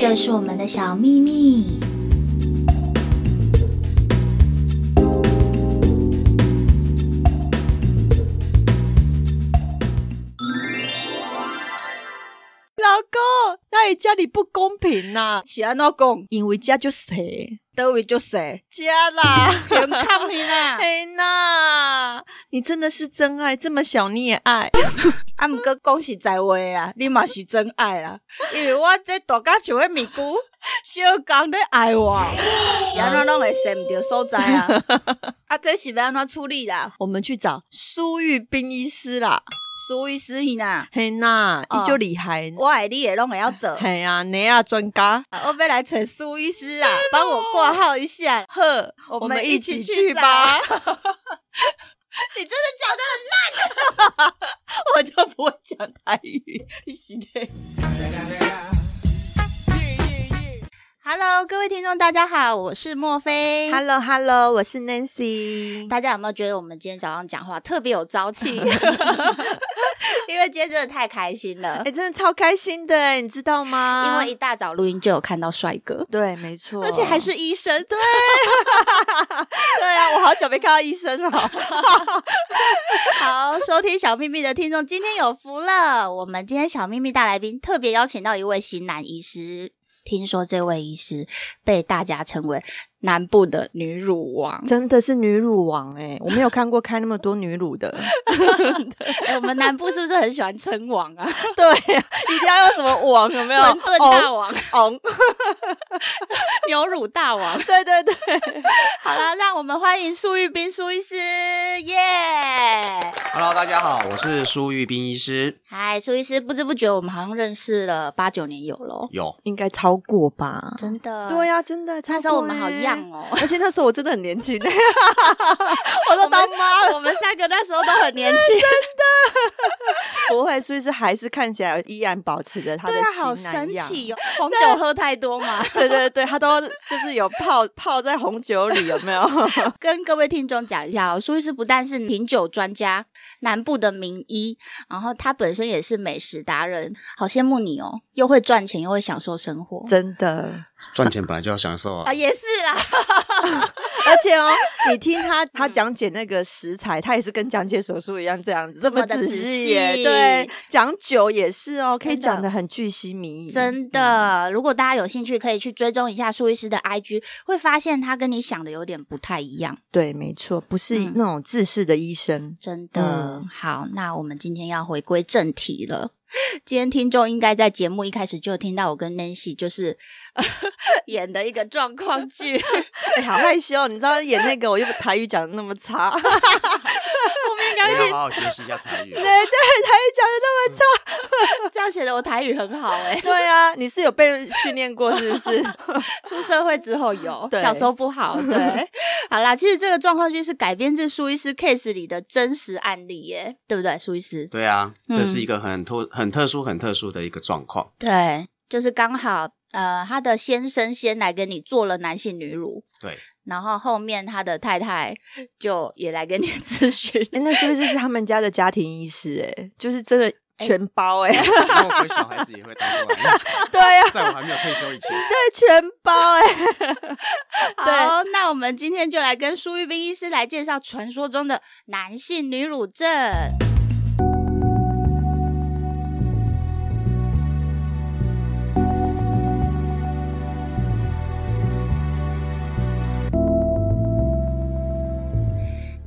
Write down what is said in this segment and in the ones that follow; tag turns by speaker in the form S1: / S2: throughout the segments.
S1: 这是我们的小秘密。
S2: 老公，那伊家里不公平啊呐、
S3: 是安怎讲？
S2: 因为家就谁？
S3: 倒位就 谁
S2: 家啦，
S3: 很抗去啦。
S2: 哎娜，你真的是真爱，这么小你也爱，
S3: 啊，毋过讲实在话啦，你嘛是真爱啦，因为我这大家像迄咪姑， 小工咧爱我， 安怎拢会寻毋着所在啊？ 啊，这是要安怎处理啦？
S2: 我们去找苏玉斌医师啦。
S3: 属于死去啦，
S2: 嘿娜，
S3: 哦
S2: 伊就厉害，
S3: 我爱你也拢会晓做，啊
S2: 嘿啊，你啊专家，
S3: 我要来找苏医师啊，帮我挂号一下，
S2: 呵，
S3: 我
S2: 我们
S3: 们
S2: 一
S3: 一
S2: 起
S3: 起
S2: 去
S3: 去
S2: 吧
S3: 吧。
S2: 你真的讲的很烂，我就不会讲台语，你是的。
S1: Hello，各位听众，大家好，我是莫菲。
S2: Hello Hello，我是 Nancy。
S3: 大家有没有觉得我们今天早上讲话特别有朝 气？
S1: 因为今天真的太开心了
S2: 哎、，真的超开心的哎，你知道吗？
S3: 因为一大早录音就有看到帅哥，
S2: 对，没错，
S3: 啊而且还是医生，对，
S2: 对啊，我好久没看到医生了。。
S1: 好，收听小秘密的听众今天有福了。我们今天小秘密大来宾特别邀请到一位型男医师，
S3: 听说这位医师被大家称为南部的女乳王
S2: 真的是女乳王哎、我没有看过开那么多女乳 的。
S3: 哎、我们南部是不是很喜欢称王 啊？
S2: 对呀、一定要用什么王有没哦有？
S3: 馄饨大
S2: 王
S3: 王、
S2: 王，
S3: 牛乳大王。
S2: 对对对，
S3: 好了，让我们欢迎苏玉斌苏医师，耶、
S4: Hello，大家好，我是苏玉斌医师。
S3: 嗨，苏医师，不知不觉我们好像认识了八九年有喽，
S4: 有
S2: 应该超过吧？
S3: 真的。
S2: 对、呀、真的。
S3: 那时
S2: 超
S3: 候我
S2: 过
S3: 们好
S2: 欸
S3: 样哦
S2: 而且那时候我真的很年轻， 我都当妈了。
S3: 我们三个那时候都很年 轻，
S2: 不会，所以是还是看起来依然保持着他的
S3: 对啊，好
S2: 型男
S3: 神
S2: 样
S3: 奇哦！红酒喝太多嘛，
S2: 对对对，他都就是有泡泡在红酒里，有没 有？
S3: 跟各位听众讲一下哦，苏医师不但是品酒专家，南部的名医，然后他本身也是美食达人，好羡慕你哦，又会赚钱，又会享受生活。
S2: 真的，
S4: 赚钱本来就要享受啊
S3: 啊，，也是啦，
S2: 而且哦，你听他他讲解那个食材，他也是跟讲解手术一样这样子，这
S3: 这
S2: 么
S3: 么的
S2: 仔
S3: 仔
S2: 细
S3: 细
S2: 耶。对，讲酒也是哦，可以
S3: 真的
S2: 讲的很巨细靡遗。
S3: 真的。如果大家有兴趣，可以去追踪一下苏医师的 IG，会发现他跟你想的有点不太一样，
S2: 对，没错，不是
S3: 嗯
S2: 那种自视的医生。
S3: 真的。
S2: 嗯
S3: 好，那我们今天要回归正题了。今天听众应该在节目一开始就听到我跟 Nancy 就是 演的一个状况剧。
S2: 哎，好害羞，你知道演那 个，我又台语讲的那么差，对
S4: 我要好好学习一下台语。
S2: 对，台语讲的那么差。
S3: 这样显得我台语很好 哎、
S2: 对啊，你是有被训练过是不 是？
S3: 出社会之后有
S2: 对，
S3: 小时候不好。对，好啦，其实这个状况剧是改编自苏医师 case 里的真实案例耶，对不对，苏医师？
S4: 对啊，
S3: 嗯
S4: 这是一个很特、很特殊、很特殊的一个状况。
S3: 对，就是刚好呃，他的先生先来跟你做了男性女乳，
S4: 对，
S3: 然后后面他的太太就也来跟你咨询。
S2: 哎、那是不是是他们家的家庭医师、哎，就是真的全包、 哎、
S4: 那我们小孩子也会当过来，
S2: 对呀、
S4: 在我还没有退休以前，
S2: 对，全包、哎，
S3: 好，那我们今天就来跟苏玉斌医师来介绍传说中的男性女乳症。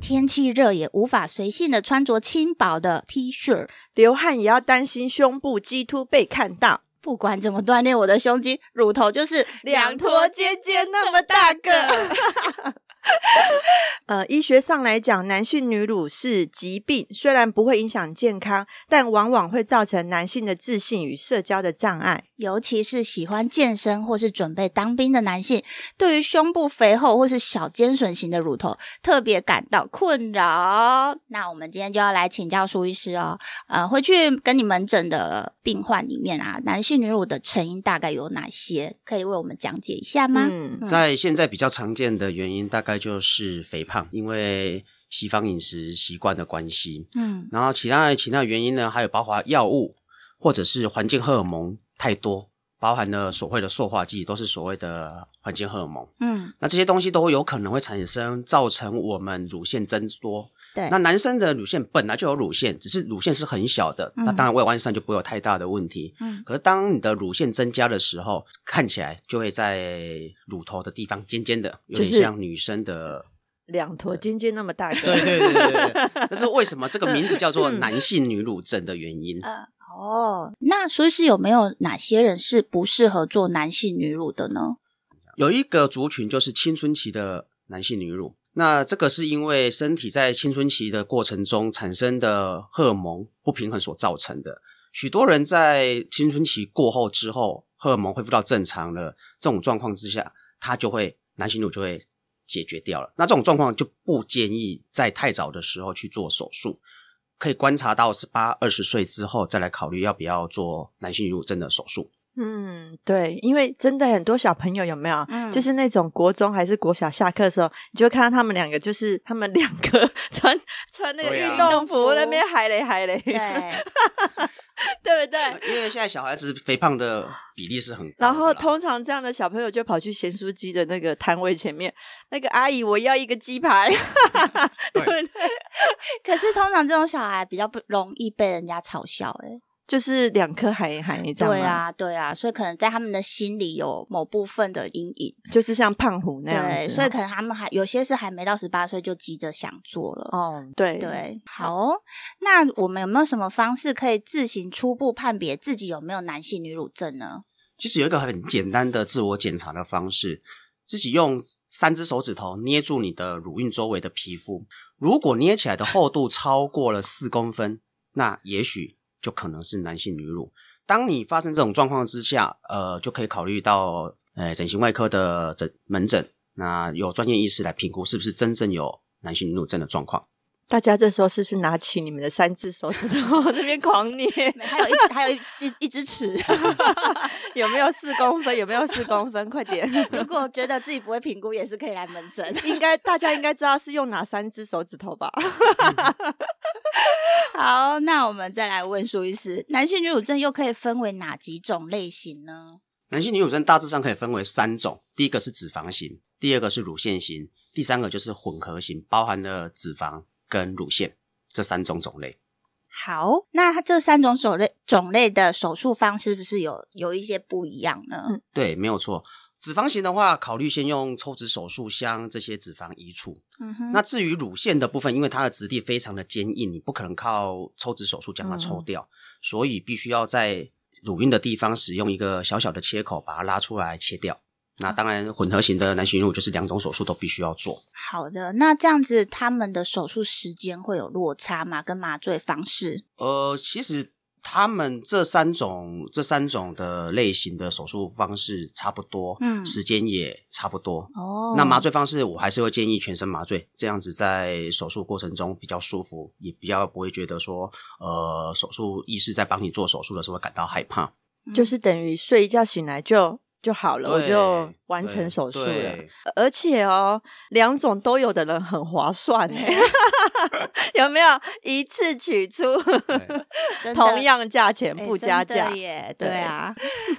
S3: 天气热也无法随性的穿着轻薄的 T 恤，
S2: 流汗也要担心胸部激突被看到，
S3: 不管怎么锻炼我的胸肌，乳头就是
S2: 两坨尖尖那么大个。 呃，医学上来讲，男性女乳是疾病，虽然不会影响健康，但往往会造成男性的自信与社交的障碍。
S3: 尤其是喜欢健身或是准备当兵的男性，对于胸部肥厚或是小尖笋型的乳头特别感到困扰。那我们今天就要来请教苏医师哦，呃，会去跟你门诊的病患里面啊，男性女乳的成因大概有哪些？可以为我们讲解一下吗？
S2: 嗯，
S4: 在现在比较常见的原因，大概就是肥胖，因为西方饮食习惯的关系。
S3: 嗯，
S4: 然后其他的其他的原因呢，还有包括药物或者是环境荷尔蒙太多，包含了所谓的塑化剂，都是所谓的环境荷尔蒙。
S3: 嗯，
S4: 那这些东西都有可能会产生造成我们乳腺增多。
S3: 对
S4: 那男生的乳腺本来就有乳腺，只是乳腺是很小的，
S2: 嗯
S4: 那当然外观上就不会有太大的问题。
S3: 嗯，
S4: 可是当你的乳腺增加的时候，看起来就会在乳头的地方尖尖的，有
S2: 就
S4: 点
S2: 是
S4: 像女生 的。
S2: 两坨尖尖那么大
S4: 对
S2: 个，
S4: 对对对对。但是为什么这个名字叫
S2: 嗯
S4: 做男性女乳症的原因？
S3: 哦，那所以是有没有哪些人是不适合做男性女乳的呢？
S4: 有一个族群就是青春期的男性女乳，那这个是因为身体在青春期的过程中产生的荷尔蒙不平衡所造成的。许多人在青春期过后之后，荷尔蒙恢复到正常了，这种状况之下，它就会男性乳就会解决掉了。那这种状况就不建议在太早的时候去做手术，可以观察到十八二十岁之后再来考虑要不要做男性乳症的手术。
S2: 嗯，对，因为真的很多小朋友有没有，
S3: 嗯
S2: 就是那种国中还是国小下课的时候，你就会看到他们两个，就是他们两个穿穿那个
S4: 对
S2: 运
S4: 啊
S2: 动
S3: 运动
S2: 服
S3: 服
S2: 那边海嘞海嘞，
S3: 对，
S2: 对不对？
S4: 因为现在小孩子肥胖的比例是很高的啦，
S2: 然后通常这样的小朋友就跑去咸酥鸡的那个摊位前面，那个阿姨我要一个鸡排， 对不对？
S3: 可是通常这种小孩比较不容易被人家嘲笑、欸，
S2: 就是两颗海嘞海嘞这样，
S3: 对，啊，对啊，所以可能在他们的心里有某部分的阴影，
S2: 就是像胖虎那样子哦，
S3: 对，所以可能他们还有些是还没到十八岁就急着想做了。
S2: 哦，对
S3: 嗯对，好哦、那我们有没有什么方式可以自行初步判别自己有没有男性女乳症呢？
S4: 其实有一个很简单的自我检查的方式，自己用三只手指头捏住你的乳晕周围的皮肤，如果捏起来的厚度超过了四公分，那也许就可能是男性女乳。当你发生这种状况之下，呃，就可以考虑到呃整形外科的诊门诊，那有专业医师来评估是不是真正有男性女乳症的状况。
S2: 大家这时候是不是拿起你们的三只手指头那边狂捏？
S3: 还有一还有一一一只尺，
S2: 有没有四公分？有没有四公分？快点！
S3: 如果觉得自己不会评估，也是可以来门诊。
S2: 应该大家应该知道是用哪三只手指头吧？
S3: 好，那我们再来问苏医师，男性女乳症又可以分为哪几种类型呢？
S4: 男性女乳症大致上可以分为三种，第一个是脂肪型，第二个是乳腺型，第三个就是混合型，包含了脂肪跟乳腺这三种种类。
S3: 好，那它这三种种类种类的手术方式是不是有有一些不一样呢？
S2: 嗯
S4: 对，没有错。脂肪型的话，考虑先用抽脂手术将这些脂肪移除。
S3: 嗯哼，
S4: 那至于乳腺的部分，因为它的质地非常的坚硬，你不可能靠抽脂手术将它抽掉，所以必须要在乳晕的地方使用一个小小的切口把它拉出来切掉。那当然，混合型的男性女乳就是两种手术都必须要做。
S3: 好的，那这样子他们的手术时间会有落差吗？跟麻醉方式？
S4: 呃，其实他们这三种这三种的类型的手术方式差不多，
S3: 嗯
S4: 时间也差不多。
S3: 哦，
S4: 那麻醉方式，我还是会建议全身麻醉，这样子在手术过程中比较舒服，也比较不会觉得说，呃，手术医师在帮你做手术的时候会感到害怕。
S3: 嗯
S2: 就是等于睡一觉醒来就就好了，我就完成手术了。而且哦，两种都有的人很划算 呢，有没有？一次取出
S3: 真的
S2: 同样价钱
S3: 哎
S2: 不加
S3: 真的
S2: 价，
S3: 耶，
S2: 对
S3: 对 啊。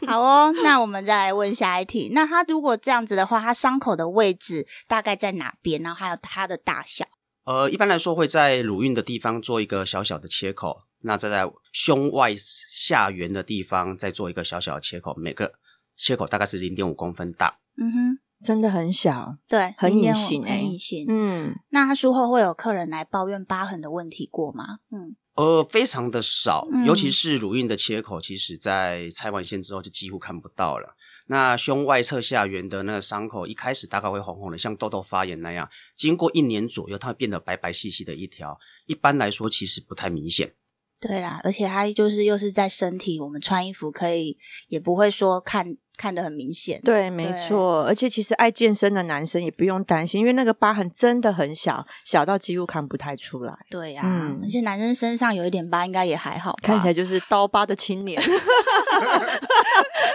S3: 好哦，那我们再来问下一题。那他如果这样子的话，他伤口的位置大概在哪边？然后还有它的大小？
S4: 呃，一般来说会在乳晕的地方做一个小小的切口，那再在胸外下缘的地方再做一个小小的切口，每个切口大概是零点五公分大。
S3: 嗯哼，
S2: 真的很小。
S3: 对，
S2: 很
S3: 0.5
S2: 隐形哎
S3: 很隐形。欸
S2: 嗯，
S3: 那他术后会有客人来抱怨疤痕的问题过吗？嗯，
S4: 呃，非常的少，
S3: 嗯
S4: 尤其是乳晕的切口，其实在拆完线之后就几乎看不到了。那胸外侧下缘的那个伤口，一开始大概会红红的，像痘痘发炎那样。经过一年左右，它会变得白白细细的一条。一般来说，其实不太明显。
S3: 对啦，而且它就是又是在身体，我们穿衣服可以也不会说看看得很明显。
S2: 对，没错。而且其实爱健身的男生也不用担心，因为那个疤痕真的很小，小到几乎看不太出来，
S3: 对呀、
S2: 嗯
S3: 而且男生身上有一点疤，应该也还好吧。
S2: 看起来就是刀疤的青年。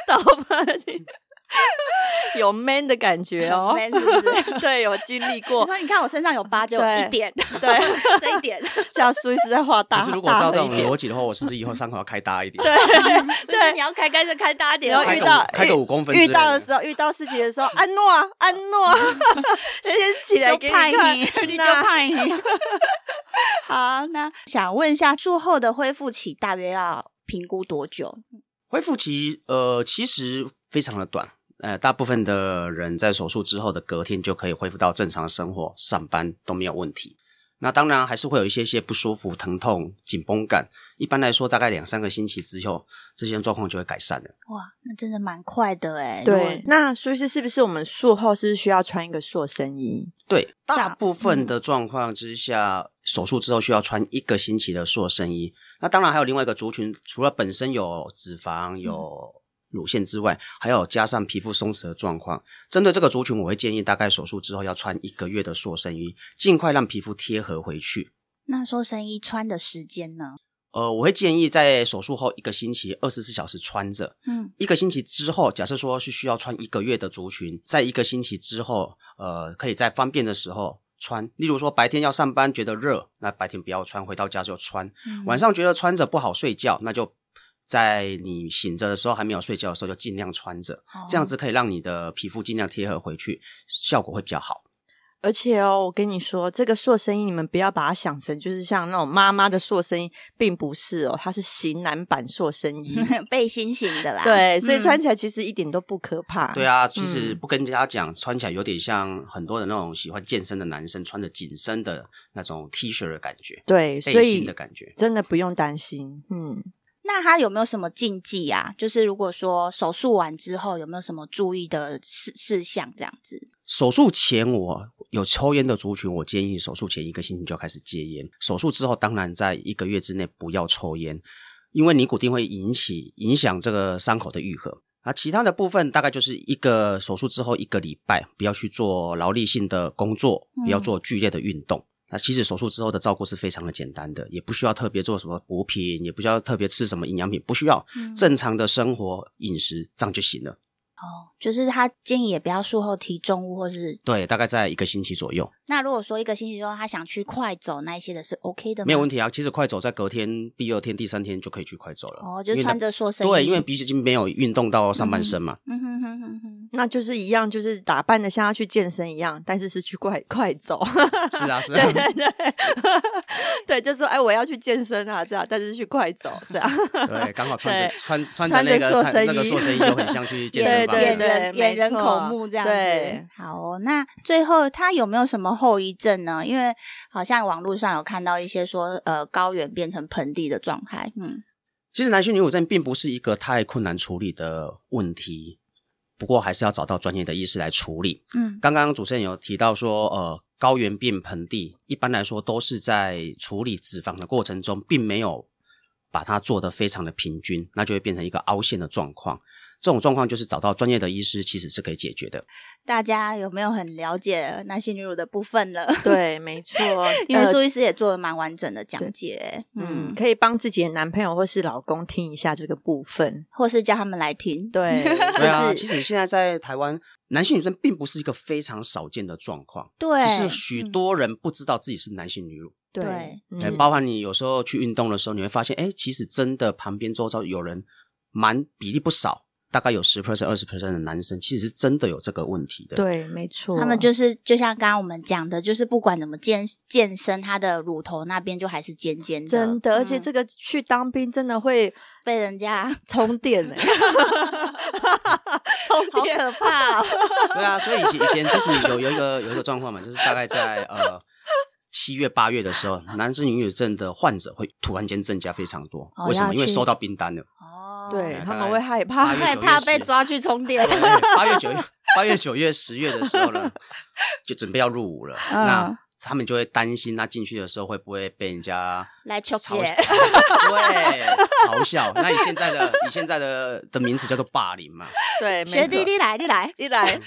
S2: 刀疤的青年。有 man 的感觉哦
S3: man 是不是？
S2: 对，有经历
S3: 我
S2: 过，
S3: 说你看我身上有疤，只有
S2: 对
S3: 一点，
S2: 对，
S3: 这一点，
S2: 像苏医师在画大，
S4: 可是如果照
S2: 大
S4: 这
S2: 了
S4: 种
S2: 一点
S4: 逻辑的话，我是不是以后伤口要开大一 点？
S2: 对
S3: 就是
S2: 对
S3: 你，要开开就开大一点
S2: 然
S3: 哦，
S2: 后
S4: 开
S2: 遇
S4: 个
S2: 到
S4: 五开个五公分之
S2: 遇
S4: 类
S2: 到的
S4: 的。
S2: 时候，遇到事情的时候， 安诺啊，安诺 啊，先起来
S3: 就
S2: 给你
S3: 派
S2: 看
S3: 你，你就
S2: 那
S3: 派你。 好，那想问一下，术后的恢复期大约要评估多久？
S4: 恢复期呃，其实非常的短。呃，大部分的人在手术之后的隔天就可以恢复到正常生活、上班都没有问题。那当然还是会有一些些不舒服、疼痛、紧绷感。一般来说，大概两三个星期之后，这些状况就会改善了。
S3: 哇，那真的蛮快的哎、如果
S2: 对，那苏医师是不是我们术后是不是需要穿一个塑身衣？
S4: 对，
S3: 这
S4: 大
S3: 样
S4: 部分的状况之下，手术之后需要穿一个星期的塑身衣。那当然还有另外一个族群，除了本身有脂肪、有乳腺之外，还有加上皮肤松弛的状况。针对这个族群，我会建议大概手术之后要穿一个月的塑身衣，尽快让皮肤贴合回去。
S3: 那说生衣穿的时间呢？
S4: 呃，我会建议在手术后一个星期二十四小时穿着，
S3: 嗯，
S4: 一个星期之后，假设说是需要穿一个月的族群，在一个星期之后，呃，可以在方便的时候穿。例如说白天要上班觉得热，那白天不要穿，回到家就穿。
S3: 嗯
S2: 嗯
S4: 晚上觉得穿着不好睡觉，那就在你醒着的时候还没有睡觉的时候就尽量穿着，
S2: 哦
S4: 这样子可以让你的皮肤尽量贴合回去，效果会比较好。
S2: 而且哦，我跟你说，这个塑身衣你们不要把它想成就是像那种妈妈的塑身衣，并不是哦，它是型男版塑身 衣。
S3: 背心型的啦。
S2: 对，所以
S3: 嗯
S2: 穿起来其实一点都不可怕。
S4: 对啊，其实
S2: 嗯
S4: 不跟大家讲，穿起来有点像很多的那种喜欢健身的男生穿着紧身的那种 T 恤的感觉，
S2: 对，所
S4: 背心
S2: 以
S4: 的感觉。
S2: 真的不用担心。嗯，
S3: 那他有没有什么禁忌啊？就是如果说手术完之后有没有什么注意的事事项这样子？
S4: 手术前我有抽烟的族群，我建议手术前一个星期就要开始戒烟。手术之后，当然在一个月之内不要抽烟，因为尼古丁会引起影响这个伤口的愈合。啊，其他的部分大概就是一个手术之后一个礼拜，不要去做劳力性的工作，不要做剧烈的运动。那其实手术之后的照顾是非常的简单的，也不需要特别做什么补品，也不需要特别吃什么营养品，不需要
S3: 嗯
S4: 正常的生活饮食，这样就行了。
S3: 哦就是他建议也不要术后提重物，或是
S4: 对，大概在一个星期左右。
S3: 那如果说一个星期之后他想去快走那一些的是 OK 的吗？
S4: 没有问题啊。其实快走在隔天、第二天、第三天就可以去快走了。
S3: 哦，就
S4: 因为
S3: 穿
S4: 那
S3: 着塑身衣。
S4: 对，因为毕竟没有运动到上半身嘛。
S3: 嗯哼哼哼哼，
S2: 那就是一样，就是打扮的像要去健身一样，但是是去快快走。
S4: 是啊，
S2: 嗯
S4: 是
S2: 对
S4: 啊，
S2: 对对， 对，就说哎，我要去健身啊，这样，但是去快走这样。
S4: 对，刚好穿着
S2: 对
S4: 穿穿着
S2: 穿着
S4: 那个
S2: 塑身衣
S4: 那个塑身衣，又很像去健
S2: 对
S4: 身房。
S2: 对
S3: 掩
S2: 对
S3: 人
S2: 没
S3: 掩人
S2: 错
S3: 口目这样子
S2: 对。
S3: 好哦，那最后他有没有什么后遗症呢？因为好像网络上有看到一些说，呃，高原变成盆地的状态。嗯，
S4: 其实男性女乳症并不是一个太困难处理的问题，不过还是要找到专业的医师来处理。
S3: 嗯，
S4: 刚刚主持人有提到说，呃，高原病盆地一般来说都是在处理脂肪的过程中，并没有把它做得非常的平均，那就会变成一个凹陷的状况。这种状况就是找到专业的医师，其实是可以解决的。
S3: 大家有没有很了解男性女乳的部分 了？
S2: 对，没错，
S3: 因为
S2: 呃
S3: 苏医师也做了蛮完整的讲解，嗯
S2: 嗯，，可以帮自己的男朋友或是老公听一下这个部分。
S3: 或是叫他们来听。
S2: 对，
S4: 对啊，
S2: 就
S4: 其
S2: 是
S4: 实现在在台湾，男性女症并不是一个非常少见的状况，
S3: 对，
S4: 只是许多人不知道自己是男性女乳。
S3: 对
S4: 哎，
S2: 嗯
S4: 包含你有时候去运动的时候，你会发现，哎，其实真的旁边周遭有人蛮比例不少，大概有十 percent、二十 percent 的男生，其实是真的有这个问题的。，
S2: 对，没错，
S3: 他们就是就像刚刚我们讲的，就是不管怎么健健身，他的乳头那边就还是尖尖的，
S2: 真的，而且
S3: 嗯
S2: 这个去当兵真的会
S3: 被人家
S2: 充电欸呢、 充
S3: 好
S2: 电。
S3: 可怕、哦。
S4: 对啊，所以以前以前其实有有一个有一个状况嘛，就是大概在呃七月八月的时候，男性女乳症的患者会突然间增加非常多。
S3: 哦
S4: 为什
S3: 要
S4: 么？因为
S3: 去
S4: 收到订 单了，
S3: 哦，
S2: 对
S4: 哎
S2: 他
S4: 大
S2: 们
S4: 概
S2: 会害
S4: 八
S2: 怕，
S4: 月
S3: 害怕被
S4: 九月十
S3: 抓去充电。
S4: 八月九月八月九月十月的时候呢，就准备要入伍了，
S3: 嗯
S4: 那他们就会担心，那进去的时候会不会被人家。
S3: 来求
S4: 嘲
S3: 姐
S4: 笑，， 对，嘲笑。那以现在的以现在的的名词叫做霸凌嘛？
S2: 对，没
S3: 学
S2: 错
S3: 弟弟来就来，
S2: 一来，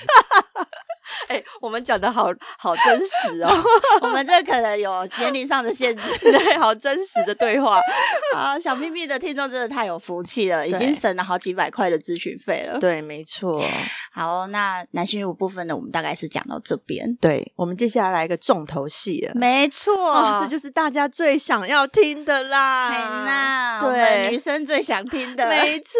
S2: 哎、我们讲的好好真实 哦，
S3: 我们这可能有年龄上的限制。
S2: 对，好真实的对话。
S3: 啊，小屁屁的听众真的太有福气了，已经
S2: 对
S3: 省了好几百块的咨询费了。
S2: 对，没 错。
S3: 好，那男性乳部分呢，我们大概是讲到这边。
S2: 对，我们接下来来一个重头戏了。
S3: 没错，
S2: 哦，这就是大家最想要听的啦！
S3: 海娜，我
S2: 对，
S3: 们女生最想听 的。
S2: 没错。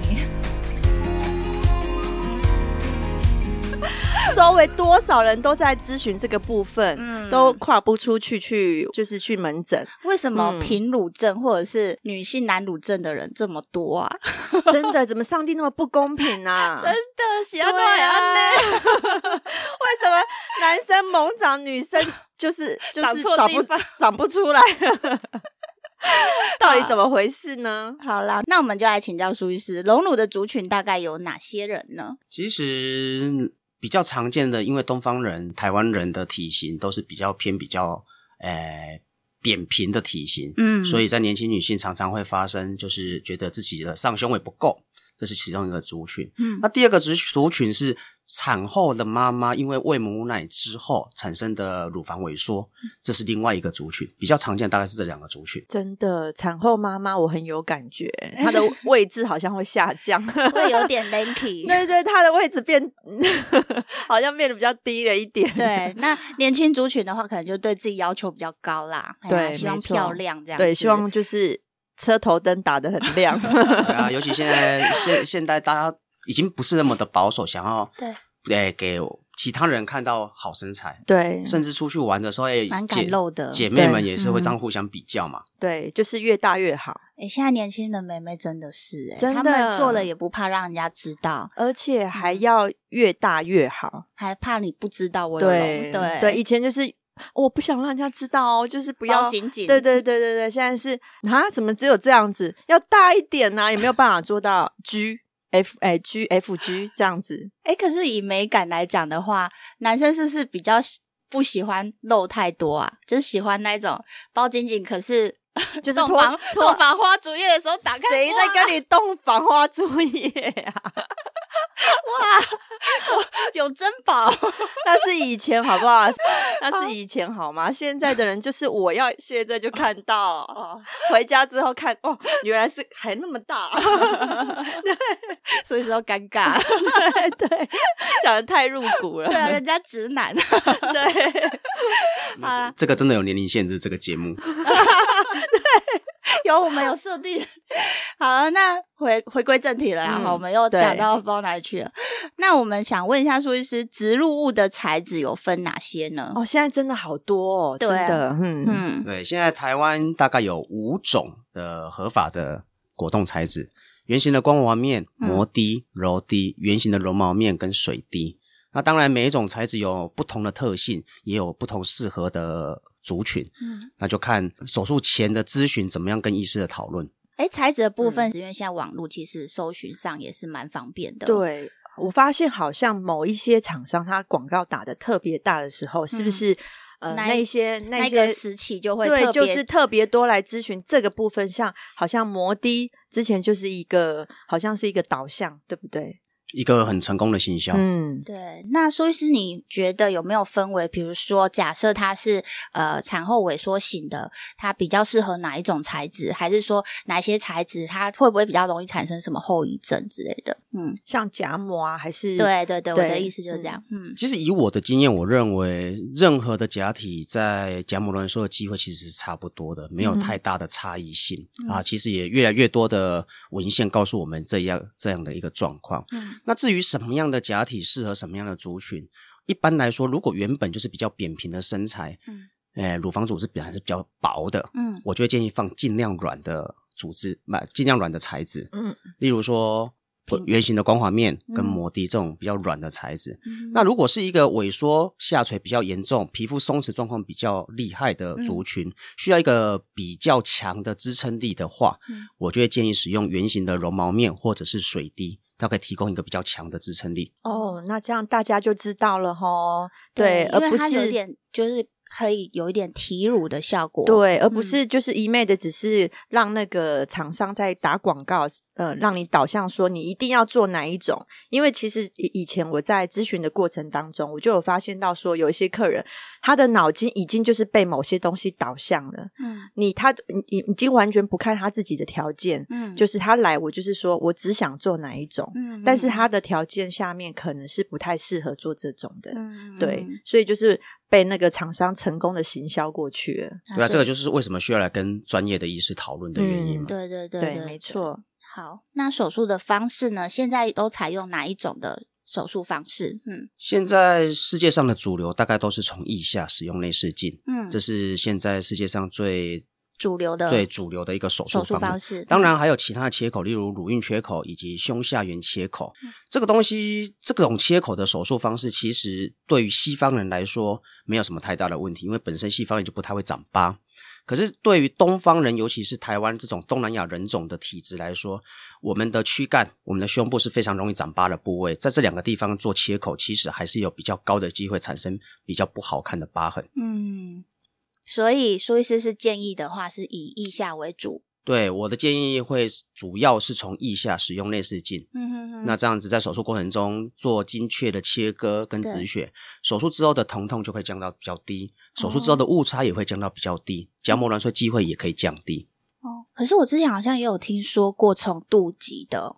S2: 周围多少人都在咨询这个部分，
S3: 嗯
S2: 都跨不出去去，就是去门 诊，
S3: 为什么
S2: 嗯
S3: 平乳症或者是女性男乳症的人这么多啊？
S2: 真的，怎么上帝那么不公平 啊？
S3: 真的，喜
S2: 对啊， 为什么男生猛长，女生 就是就是
S3: 长错
S2: 长
S3: 地
S2: 不
S3: 方
S2: 长不出来？ 到底怎么回事呢？
S3: 好啦，那我们就来请教苏医师，隆乳的族群大概有哪些人呢？
S4: 其实比较常见的，因为东方人、台湾人的体型都是比较偏比较呃扁平的体型，
S3: 嗯
S4: 所
S3: 以
S4: 以在年轻女性常常会发生，就是觉得自己的上胸围不够，这是其中一个族群。
S3: 嗯
S4: 那第二个族族群是产后的妈妈，因为喂母奶之后产生的乳房萎缩，
S3: 嗯
S4: 这是另外一个族群，比较常见，大概是这两个族群。
S2: 真的，产后妈妈我很有感觉，她的位置好像会下降。
S3: 嗯会有点 lanky。
S2: 对对，她的位置变， 好像变得比较低了一点。
S3: 对，那年轻族群的话，可能就对自己要求比较高啦，哎呀
S2: 对
S3: 希望
S2: 没错
S3: 漂亮这样子，
S2: 对，希望就是车头灯打得很 亮。
S4: 对啊，尤其现在现现在大家已经不是那么的保守，想要
S3: 对，嗯
S4: 哎、给其他人看到好身材，
S2: 对
S4: 甚至出去玩的时候，哎、
S3: 蛮
S4: 姐
S3: 敢露的。
S4: 姐妹
S2: 对
S4: 们也是会这样
S2: 嗯
S4: 互相比较嘛。
S2: 对，就是越大越好。
S3: 哎，现在年轻的妹妹真的是哎，
S2: 真
S3: 她
S2: 的
S3: 们做了也不怕让人家知道，
S2: 而且还
S3: 嗯
S2: 要越大越好，
S3: 还怕你不知道我有
S2: 对
S3: 隆，对
S2: 对，，以前就是我不想让人家知道哦，就是不
S3: 不
S2: 要
S3: 要，紧紧，
S2: 对对对对对，现在是啊，怎么只有这样子？要大一点呢、也没有办法做到 G F 哎 G F G 这样子，
S3: 哎，可是以美感来讲的话，男生是不是比较喜不喜欢露太多啊？就是喜欢那种包紧紧，可是
S2: 就是
S3: 洞
S2: 脱
S3: 房
S2: 脱
S3: 洞房花烛夜的时候打开，
S2: 谁
S3: 哇
S2: 在跟你洞房花烛夜啊？
S3: 有珍宝？
S2: 那是以前好不好？那是以前好吗？现在的人就是我要现在就看
S3: 哦
S2: 到，回家之后看哦，原来是还那么大，啊
S3: 所以说尴 尬。
S2: 对对，讲的太入骨了
S3: 对。啊，人家直 男。
S2: 对，
S4: 那这这个真的有年龄限制，这个节 目。
S3: 有我们有设定。 好了，那回回归正题了啦，
S2: 嗯
S3: 好我们又讲
S2: 对
S3: 到包哪里去了？那我们想问一下苏医师，植入物的材质有分哪些呢？
S2: 哦，现在真的好多哦，
S3: 对
S2: 真的，嗯，
S3: 嗯，
S4: 对，现在台湾大概有五种的合法的果冻材质：圆形的光滑面、
S3: 嗯
S4: 磨滴、柔滴、圆形的绒毛面跟水滴。那当然，每一种材质有不同的特性，也有不同适合的族群。
S3: 嗯，
S4: 那就看手术前的咨询怎么样跟医师的讨论。
S3: 哎，材质的部
S2: 嗯
S3: 分，是因为现在网络其实搜寻上也是蛮方便的。，哦
S2: 对。我发现好像某一些厂商，它广告打的特别大的时候，是不是呃
S3: 嗯那
S2: 那一些那
S3: 那
S2: 一
S3: 个
S2: 些
S3: 时期就会
S2: 对，
S3: 特别
S2: 就是特别多来咨询这个部分，像好像摩的之前就是一个，好像是一个导向，对不对？
S4: 一个很成功的行销，
S2: 嗯，
S3: 对，那苏医师，你觉得有没有分为？比如说，假设它是呃产后萎缩型的，它比较适合哪一种材质？还是说哪些材质它会不会比较容易产生什么后遗症之类的？嗯，
S2: 像夹膜啊，还是
S3: 对对对，我的
S2: 对
S3: 意思就是这样。嗯
S4: 其实以我的经验，我认为任何的假体在假母挛缩的机会其实是差不多的，没有太大的差异性、啊。其实也越来越多的文献告诉我们这样这样的一个状况。
S3: 嗯
S4: 那至于什么样的假体适合什么样的族群，一般来说，如果原本就是比较扁平的身材，
S3: 嗯
S4: 嗯，呃，乳房组织本来是比较薄的，
S3: 嗯
S4: 我就会建议放尽量软的组织，买尽量软的材质，
S2: 嗯，
S4: 例如说呃
S3: 平
S4: 圆形的光滑面跟
S3: 嗯
S4: 摩的这种比较软的材质。
S3: 嗯
S4: 那如果是一个萎缩下垂比较严重、皮肤松弛状况比较厉害的族
S3: 嗯
S4: 群，需要一个比较强的支撑力的话，
S3: 嗯
S4: 我就会建议使用圆形的绒毛面或者是水滴。它可以提供一个比较强的支撑力。
S2: 哦，那这样大家就知道了吼。
S3: 对，
S2: 而
S3: 因为
S2: 不
S3: 它有
S2: 是
S3: 点就是可以有一点提乳的效果。
S2: 对，而不是就是一昧的只是让那个厂商在打广告，呃，让你导向说你一定要做哪一种。因为其实以以前我在咨询的过程当中，我就有发现到说，有一些客人他的脑筋已经就是被某些东西导向了，
S3: 嗯
S2: 你他你你已经完全不看他自己的条件，
S3: 嗯
S2: 就是他来我就是说我只想做哪一种，
S3: 嗯
S2: 但是他的条件下面可能是不太适合做这种的。
S3: 嗯
S2: 对，所以就是被那个厂商成功的行销过去了。
S4: 对啊，这个就是为什么需要来跟专业的医师讨论的原因嘛。
S3: 嗯对对对
S2: 对，没。错。
S3: 好，那手术的方式呢？现在都采用哪一种的手术方式？嗯
S4: 现在世界上的主流大概都是从腋下使用内视镜，
S3: 嗯
S4: 这是现在世界上最
S3: 主流的
S4: 最主流的一个手术
S3: 手术
S4: 方
S3: 方
S4: 法。
S3: 式。嗯
S4: 当然还有其他的切口，例如乳晕缺口以及胸下缘切口。
S3: 嗯
S4: 这个东西，这种切口的手术方式，其实对于西方人来说没有什么太大的问题，因为本身西方人就不太会长疤。可是对于东方人，尤其是台湾这种东南亚人种的体质来说，我们的躯干、我们的胸部是非常容易长疤的部位，在这两个地方做切口，其实还是有比较高的机会产生比较不好看的疤痕。
S3: 嗯，所以苏医师是建议的话，是以腋下为主。
S4: 对我的建议会主要是从腋下使用内视镜，
S3: 嗯哼哼
S4: 那这样子在手术过程中做精确的切割跟止血，手术之后的疼痛就会降到比较低，手术之
S3: 哦
S4: 后的误差也会降到比较低，角膜挛缩机会也可以降低。
S3: 哦，可是我之前好像也有听说过从肚脐的。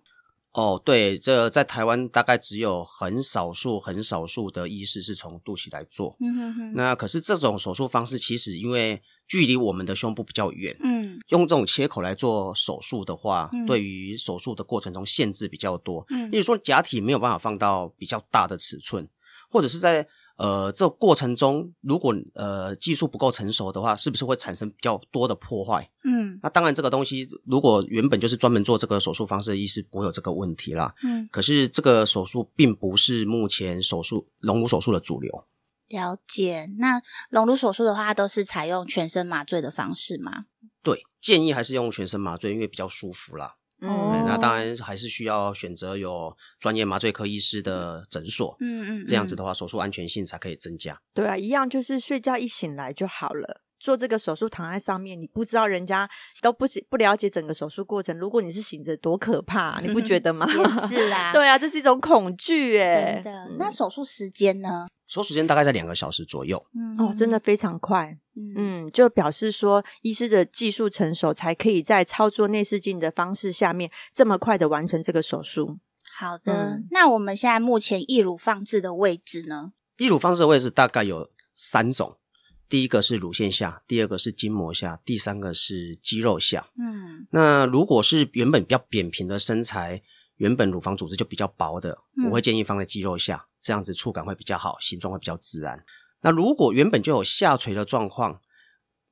S4: 哦，对，这在台湾大概只有很少数、很少数的医师是从肚脐来做。
S3: 嗯哼哼，
S4: 那可是这种手术方式，其实因为距离我们的胸部比较远，
S3: 嗯
S4: 用这种切口来做手术的话，
S3: 嗯
S4: 对于手术的过程中限制比较多。
S3: 嗯
S4: 例如说假体没有办法放到比较大的尺寸，或者是在呃这过程中，如果呃技术不够成熟的话，是不是会产生比较多的破坏？
S3: 嗯
S4: 那当然，这个东西如果原本就是专门做这个手术方式的医师，不会有这个问题啦。
S3: 嗯，
S4: 可是这个手术并不是目前手术隆乳手术的主流。
S3: 了解。那隆乳手术的话，都是采用全身麻醉的方式吗？
S4: 对，建议还是用全身麻醉，因为比较舒服啦。
S3: 哦
S4: 对
S2: 嗯，
S4: 那当然还是需要选择有专业麻醉科医师的诊所，
S3: 嗯嗯，
S4: 这样子
S3: 的。
S4: 的话，手术安全性才可以增加。
S2: 对啊，一样就是睡觉一醒来就好了。做这个手术躺在上面，你不知道人家都不知不了解整个手术过程。如果你是醒着，多可怕、你不觉得吗？
S3: 也是 啦，
S2: 对啊，这是一种恐惧哎、
S3: 真的
S2: 嗯。
S3: 那手术时间呢？
S4: 手术时间大概在两个小时左右。
S3: 嗯
S2: 哦，真的，非常快。
S3: 嗯
S2: 嗯，就表示说医师的技术成熟，才可以在操作内视镜的方式下面这么快的完成这个手术。
S3: 好的
S2: 嗯。
S3: 那我们现在目前义乳放置的位置呢？
S4: 溢乳方式的位置大概有三种，第一个是乳腺下，第二个是筋膜下，第三个是肌肉下。
S3: 嗯
S4: 那如果是原本比较扁平的身材，原本乳房组织就比较薄的，
S3: 嗯
S4: 我会建议放在肌肉下，这样子触感会比较好，形状会比较自然。那如果原本就有下垂的状况，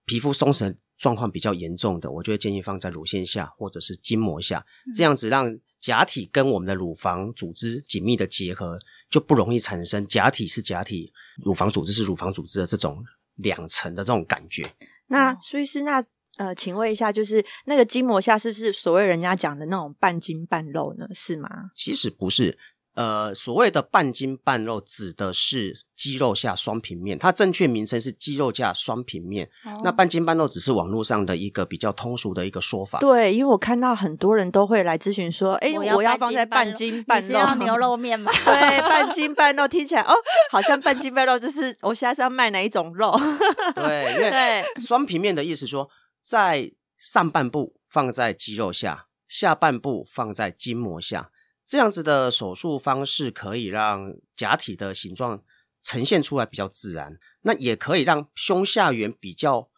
S4: 皮肤松弛状况比较严重的，我就会建议放在乳腺下或者是筋膜下，这样子让假体跟我们的乳房组织紧密的结合，就不容易产生假体是假体，乳房组织是乳房组织的这种两层的这种感觉。
S2: 那
S3: 哦
S2: 苏医师，那呃，请问一下，就是那个筋膜下是不是所谓人家讲的那种半筋半肉呢？是吗？
S4: 其实不是。呃，所谓的半筋半肉指的是肌肉下双平面，它正确名称是肌肉下双平面。
S3: 哦
S4: 那半筋半肉只是网络上的一个比较通俗的一个说法。
S2: 对，因为我看到很多人都会来咨询说，哎、
S3: 我要
S2: 我要
S3: 半
S2: 放
S3: 筋
S2: 在
S3: 半
S2: 半
S3: 肉
S2: 筋
S3: 你
S2: 半
S3: 是
S2: 肉，
S3: 要牛肉 面吗？
S2: 对，半斤半肉听起来哦，好像半斤半肉，这是我现在是要卖哪一种肉？
S4: 对，因为
S2: 对，
S4: 双平面的意思说，在上半部放在肌肉下，下半部放在筋膜下，这样子的手术方式可以让假体的形状呈现出来比较自然，那也可以让胸下缘比较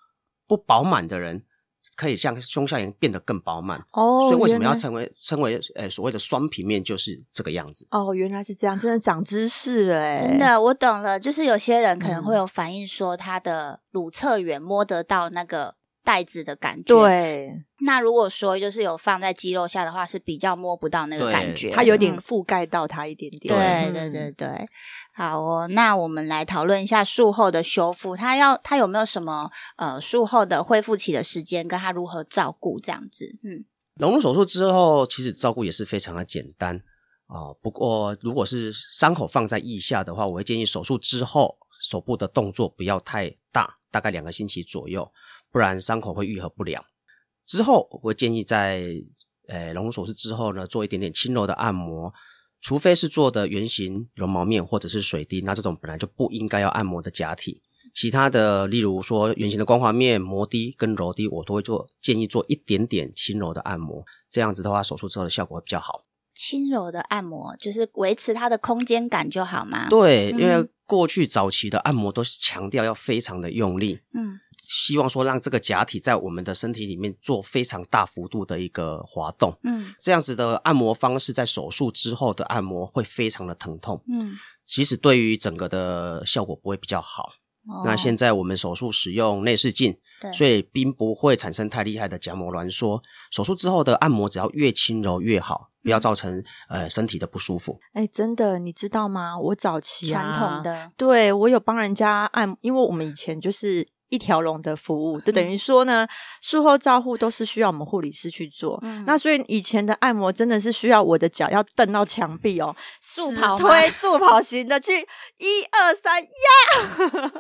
S4: 不饱满的人，可以像胸下缘变得更饱满。
S2: 哦
S4: 所以为什么要
S2: 成？
S4: 称为称为呃所谓的双平面，就是这个样子。
S2: 哦，原来是这样，真的长知识了哎，
S3: 真的，我懂了。就是有些人可能
S2: 嗯
S3: 会有反应，说他的乳侧缘摸得到那个带子的感觉。，
S2: 对，
S3: 那如果说就是有放在肌肉下的话，是比较摸不到那个
S4: 对
S3: 感觉的。
S2: 它有点
S3: 嗯
S2: 覆盖到它一点点。
S3: 对
S2: 嗯
S3: 对对对，好哦。那我们来讨论一下术后的修复，它要它有没有什么呃术后的恢复期的时间，跟它如何照顾这样子？嗯
S4: 隆乳手术之后，其实照顾也是非常的简单。哦，不过如果是伤口放在腋下的话，我会建议手术之后手部的动作不要太大，大概两个星期左右，不然伤口会愈合不良。之后我会建议在呃隆乳手术之后呢，做一点点轻柔的按摩，除非是做的圆形绒毛面或者是水滴，那这种本来就不应该要按摩的假体。其他的，例如说圆形的光滑面、磨滴跟揉滴，我都会做建议做一点点轻柔的按摩，这样子的话，手术之后的效果会比较好。
S3: 轻柔的按摩就是维持它的空间感就好嘛。
S4: 对，因为过去早期的按摩都是强调要非常的用力，
S3: 嗯，
S4: 希望说让这个假体在我们的身体里面做非常大幅度的一个滑动，
S3: 嗯
S4: 这样子的按摩方式在手术之后的按摩会非常的疼痛，
S3: 嗯，
S4: 其实对于整个的效果不会比较好。
S3: 哦
S4: 那现在我们手术使用内视镜，
S2: 嗯
S3: 对
S4: 所以并不会产生太厉害的夹膜挛缩。手术之后的按摩只要越轻柔越好，不
S2: 嗯
S4: 要造成呃身体的不舒服。
S2: 哎，真的，你知道吗？我早期啊
S3: 传统的
S2: 对我有帮人家按，因为我们以前就是一条龙的服务，就等
S3: 嗯
S2: 于说呢，术后照护都是需要我们护理师去做。
S3: 嗯
S2: 那所以以前的按摩真的是需要我的脚要蹬到墙壁哦，
S3: 助
S2: 死
S3: 跑吗
S2: 推助跑型的去一二三呀，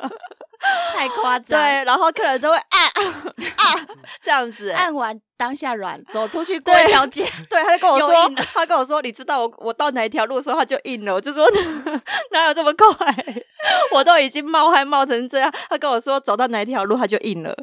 S3: 太夸
S2: 对
S3: 张，，
S2: 然后客人都会按按这样子，
S3: 按完当下软，走出去过
S2: 对
S3: 一条街，
S2: 对，他就跟我
S3: 又
S2: 说
S3: 硬了，
S2: 他跟我说，你知道我我到哪一条路的时候，他就硬了，我就说 哪有这么快？我都已经冒汗冒成这样，他跟我说走到哪一条路他就硬了。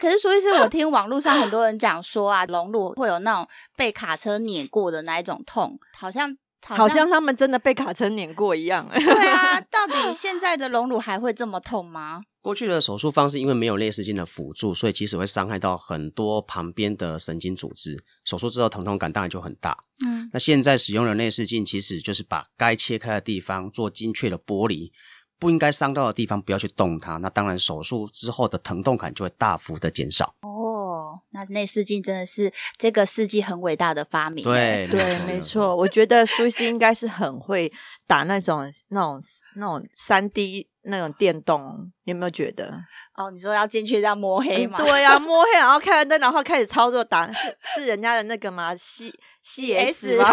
S3: 可是，所以是我听网络上很多人讲说啊，龙乳会有那种被卡车碾过的那一种痛，好像
S2: 好像他们真的被卡车碾过一样、哎
S3: 对啊。到底现在的龙乳还会这么痛吗？
S4: 过去的手术方式因为没有内视镜的辅助，所以其实会伤害到很多旁边的神经组织。手术之后疼痛感当然就很大。
S3: 嗯，
S4: 那现在使用的内视镜其实就是把该切开的地方做精确的剥离，不应该伤到的地方不要去动它。那当然手术之后的疼痛感就会大幅的减少。
S3: 哦，那内视镜真的是这个世纪很伟大的发明。
S4: 对，
S2: 对，没错，我觉得苏西应该是很会打那种那种那种三 D 那种电动，你有没有觉得？
S3: 哦，你说要进去这样摸黑吗？
S2: 嗯对呀、摸黑然后开了灯，然后开始操作打，是是人家的那个吗？C C S 吗？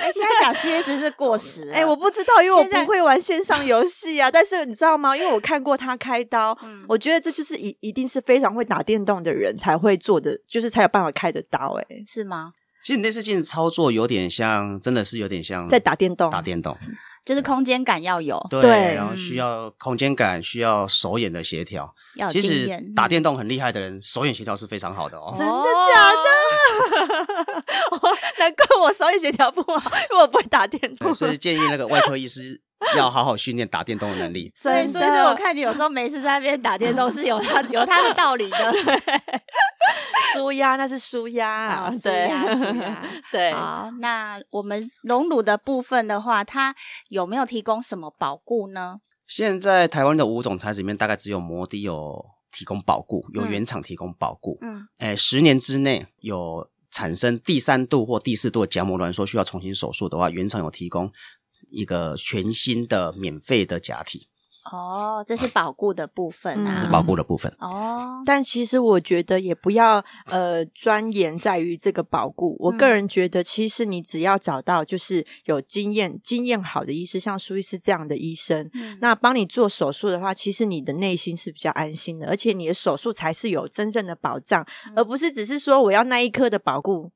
S3: 哎，现在讲 CS 是过时了。
S2: 哎、我不知道，因为我
S3: 现在
S2: 不会玩线上游戏啊。但是你知道吗？因为我看过他开刀，
S3: 嗯
S2: 我觉得这就是一一定是非常会打电动的人才会做的，就是才有办法开的刀、哎，
S3: 是吗？
S4: 其实内视镜操作有点像，真的是有点像
S2: 在打电动，
S4: 打电动，
S3: 就是空间感要有，
S4: 对，
S2: 对
S4: 然后需要空间感，需要手眼的协调。
S3: 要有
S4: 其
S3: 经
S4: 实
S3: 验。
S4: 打
S3: 嗯
S4: 电动很厉害的人，手眼协调是非常好的哦。
S2: 真的假 难怪我手语协调不好，因为我不会打电动。
S4: 对。所以建议那个外科医师要好好训练打电动的能力
S3: 所以，
S2: 真
S3: 所
S2: 的
S3: 以说，我看你有时候没事在那边打电动是有 它有它的道理的。
S2: 舒压那是舒压啊
S3: 哦，舒
S2: 对
S3: 压舒压
S2: 对。
S3: 好，那我们隆乳的部分的话，它有没有提供什么保固呢？
S4: 现在台湾的五种材质里面，大概只有摩的有提供保固，有
S3: 嗯
S4: 原厂提供保固。
S3: 嗯，
S4: 诶，十年之内有产生第三度或第四度的夹膜挛缩，需要重新手术的话，原厂有提供一个全新的免费的假体，
S3: 哦，这是保固的部分
S4: 这
S3: 啊。
S4: 是
S2: 嗯
S4: 保护的部分。
S3: 哦，
S2: 但其实我觉得也不要呃钻研在于这个保固。我个
S3: 嗯
S2: 人觉得，其实你只要找到就是有经验、经验好的医师，像苏医师这样的医生，
S3: 嗯
S2: 那帮你做手术的话，其实你的内心是比较安心的，而且你的手术才是有真正的保障，
S3: 嗯
S2: 而不是只是说我要那一颗的保固。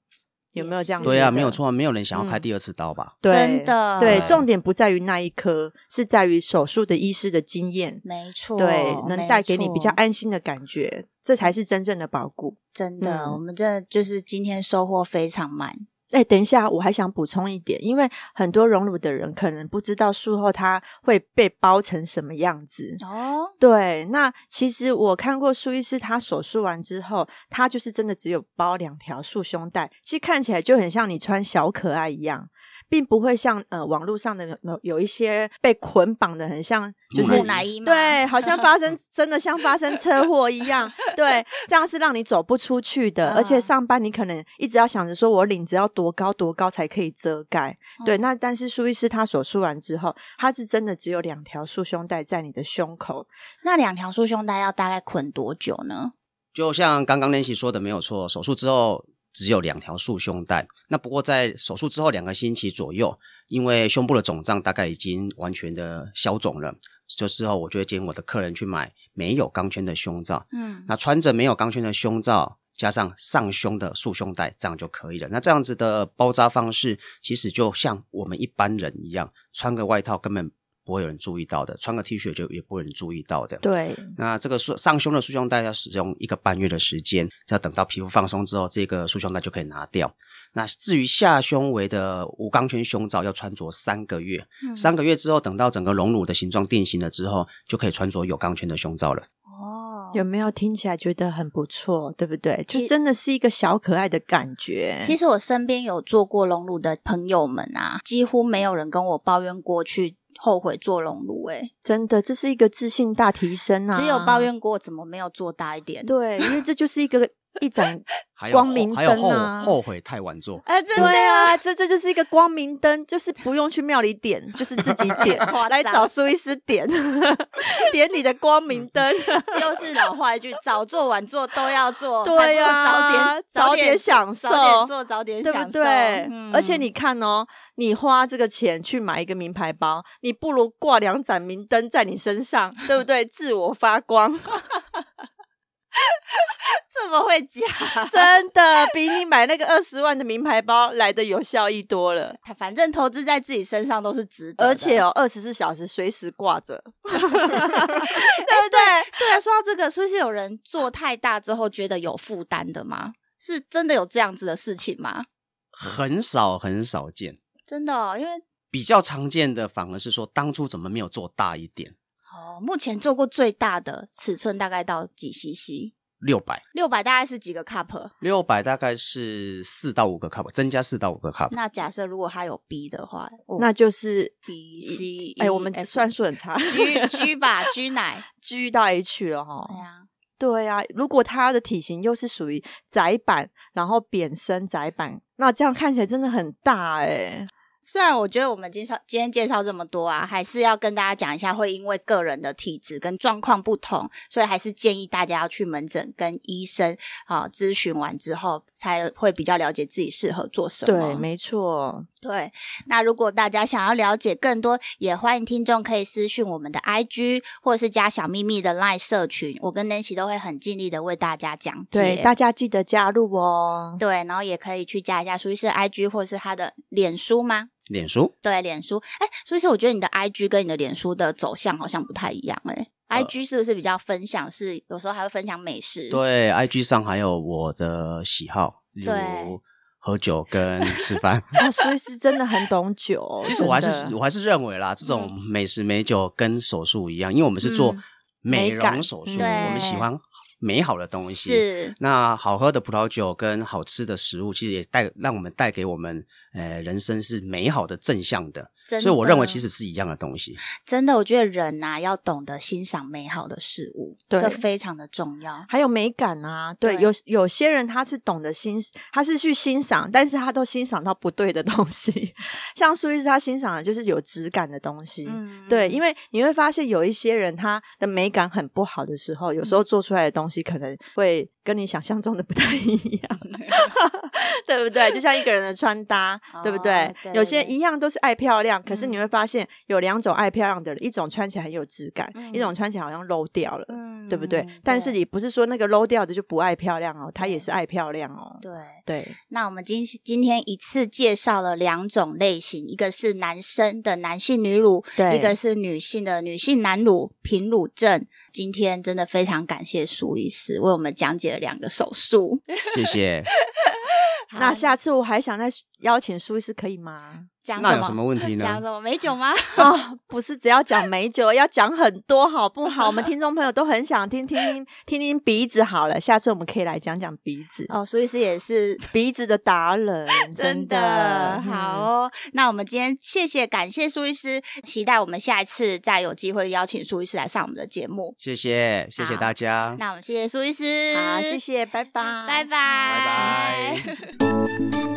S2: 有没有这样
S3: 也是
S2: 子？
S4: 对啊，
S2: 呀，
S4: 没有错啊，没有人想要开
S2: 嗯
S4: 第二次刀吧？
S2: 对
S3: 真的
S2: 对，
S4: 对
S2: 重点不在于那一颗，是在于手术的医师的经验，
S3: 哦没错，
S2: 对，能带给你比较
S3: 没错
S2: 安心的感觉，这才是真正的保固。
S3: 真的，
S2: 嗯
S3: 我们真的就是今天收获非常满。
S2: 哎，等一下，我还想补充一点，因为很多荣辱的人可能不知道术后它会被包成什么样子。
S3: 哦，
S2: 对，那其实我看过苏医师，他手术完之后，他就是真的只有包两条束胸带，其实看起来就很像你穿小可爱一样，并不会像呃网络上的有有一些被捆绑的，很像就
S4: 木
S2: 是
S3: 木乃伊吗？
S2: 对，好像 发生真的像发生车祸一样，对，这样是让你走不出去的，而且
S3: 嗯
S2: 上班你可能一直要想着说我领子要多高多高才可以遮盖，
S3: 嗯
S2: 对，那但是苏医师他手术完之后，他是真的只有两条束胸带在你的胸口，
S3: 那两条束胸带要大概捆多久呢？
S4: 就像刚刚练习说的，没有错，手术之后只有两条束胸带。那不过在手术之后两个星期左右，因为胸部的肿胀大概已经完全的消肿了，这时候我就会建议我的客人去买没有钢圈的胸罩。
S3: 嗯，
S4: 那穿着没有钢圈的胸罩，加上上胸的束胸带，这样就可以了。那这样子的包扎方式，其实就像我们一般人一样，穿个外套根本不会有人注意到的，穿个 T 恤就也不会有人注意到的。
S2: 对，
S4: 那这个束上胸的束胸带要使用一个半月的时间，要等到皮肤放松之后，这个束胸带就可以拿掉。那至于下胸围的无钢圈胸罩，要穿着三个月，
S2: 嗯
S4: 三个月之后，等到整个隆乳的形状定型了之后，就可以穿着有钢圈的胸罩了。
S3: 哦，
S2: 有没有听起来觉得很不错，对不对？
S3: 其
S2: 就真的是一个小可爱的感觉。
S3: 其实我身边有做过隆乳的朋友们啊，几乎没有人跟我抱怨过去后悔做隆乳、欸，诶、
S2: 真的，这是一个自信大提升啊！
S3: 只有抱。怨过怎么没有做大一点。
S2: 对，因为这就是 一个一盏
S4: 还有
S2: 光明
S4: 还有后
S2: 灯啊
S4: 后悔太晚做，
S3: 哎、真的
S2: 对啊，这这就是一个光明灯，就是不用去庙里点，就是自 己点来找苏医师点 点你的光
S3: 嗯
S2: 明灯。
S3: 又是老话一句，早做晚做都要做，
S2: 啊对
S3: 呀、
S2: 啊
S3: 早点
S2: 早点享受
S3: 早点做早点
S2: 对
S3: 享
S2: 不
S3: 受，
S2: 对？
S3: 嗯
S2: 而且你看哦，你花这个钱去买一个名牌包，你不如挂两盏明灯在你身上，对不对？自我发 光，
S3: 这么会讲，
S2: 真的比你买那个二十万的名牌包来的有效益多 了。
S3: 反正投资在自己身上都是值得的。
S2: 而且哦，二十四小时随时挂着，
S3: 对对对啊，说到这个，是不是有人做太大之后觉得有负担的吗？是真的有这样子的事情吗？
S4: 很少很少见。
S3: 真的、哦，因为
S4: 比较常见的反而是说，当初怎么没有做大一点，
S3: 哦，目前做过最大的尺寸大概到几 CC？
S4: 六百
S3: 六百大概是几个 cup？
S4: 六百大概是四到五个 cup，增加四到五个 cup。
S3: 那假设如果它有 B 的话，我
S2: 那就是。
S3: B C
S2: 哎、我们算数很差
S3: G G 吧，G 奶。
S2: ，G 到 H 了哈
S3: 哎。呀，
S2: 对啊，如果它的体型又是属于窄版，然后扁身窄版，那这样看起来真的很大哎、
S3: 虽然我觉得我们介绍今天介绍这么多啊，还是要跟大家讲一下，会因为个人的体质跟状况不同，所以还是建议大家要去门诊跟医生啊咨询完之后，才会比较了解自己适合做什么。
S2: 对，没错，
S3: 对，那如果大家想要了解更多，也欢迎听众可以私讯我们的 IG，或者是加小秘密的 LINE 社群，我跟 Nancy 都会很尽力的为大家讲解。
S2: 对，大家记得加入 哦。
S3: 对然后也可以去加一下苏医师的 IG 或者是他的脸书吗？
S4: 脸书
S3: 对，脸书。哎，苏医师，我觉得你的 IG 跟你的脸书的走向好像不太一样哎、IG
S2: 呃
S3: 是不是比较分享是有时候还会分享美食？
S4: 对 IG 上还有我的喜好，例
S3: 对哦
S4: 如喝酒跟 吃饭。，
S2: 那苏医师真的很懂酒
S4: 其实我还
S2: 真
S4: 是
S2: 的
S4: 我还是认为啦，这种美食美酒跟手术一样，因为我们是做
S3: 嗯
S4: 美
S2: 美感
S4: 容手术，
S2: 嗯
S3: 对
S4: 我们喜欢美好的东西。
S3: 是，
S4: 那好喝的葡萄酒跟好吃的食物，其实也带让我们带给我们，呃，人生是美好的、正向的。
S3: 真的
S4: 所以我认为其实是一样的东西。
S3: 真的，我觉得人呐、要懂得欣赏美好的事物，
S2: 对
S3: 这非常的重要。
S2: 还有美感啊，对，
S3: 对
S2: 有有些人他是懂得欣，他是去欣赏，但是他都欣赏到不对的东西。 像苏医师，他欣赏的就是有质感的东西。
S3: 嗯
S2: 对，因为你会发现有一些人他的美感很不好的时候，有
S3: 嗯
S2: 时候做出来的东西可能会跟你想象中的不太一 样，对不对？就像一个人的穿搭，对不
S3: 哦
S2: 对？
S3: 对
S2: 有些
S3: 对
S2: 一样都是爱漂亮，可是
S3: 嗯
S2: 你会发现有两种爱漂亮的人，一种穿起来很有质感，
S3: 嗯
S2: 一种穿起来好像漏掉了。
S3: 嗯
S2: 对不对？但是你不是说那个 low 掉的就不爱漂亮哦，她也是爱漂亮哦。
S3: 对。
S2: 对，
S3: 那我们今今天一次介绍了两种类型，一个是男生的男性女乳，
S2: 对
S3: 一个是女性的女性男乳平乳症。今天真的非常感谢苏医师为我们讲解了两个手术。
S4: 谢谢。
S3: 好
S2: 那下次我还想再邀请苏医师，可以吗？
S3: 讲
S4: 那
S3: 什
S4: 有
S3: 么？
S4: 什么问题
S3: 讲
S4: 呢？
S3: 什么美酒吗？
S2: 哦，不是只要讲美酒，要讲很多，好不好？我们听众朋友都很想听听听听听鼻子好了，下次我们可以来讲讲鼻子，
S3: 哦，苏医师也是
S2: 鼻子的达 人，
S3: 真
S2: 的嗯
S3: 的好。哦。那我们今天谢谢感谢苏医师，期待我们下一次再有机会邀请苏医师来上我们的节目。
S4: 谢谢，谢谢大家，
S3: 那我们谢谢苏医师，
S2: 啊嗯好，谢，谢，拜拜，
S3: 拜拜，
S4: 拜拜。
S3: 拜。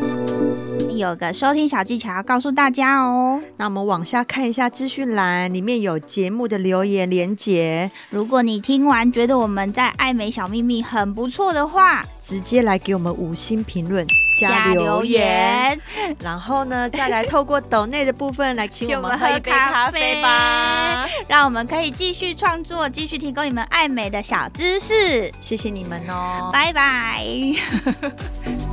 S3: 有个收听小技巧要告诉大家哦。
S2: 那我们往下看一下资讯栏，里面有节目的留言连结，
S3: 如果你听完觉得我们在爱美小秘密很不错的话，
S2: 直接来给我们五星评论
S3: 加留言，
S2: 然后呢，再来透过抖内的部分 来请我们喝一杯咖啡吧。
S3: 让我们可以继续创作，继续提供你们爱美的小知识。
S2: 谢谢你们哦，
S3: 拜拜。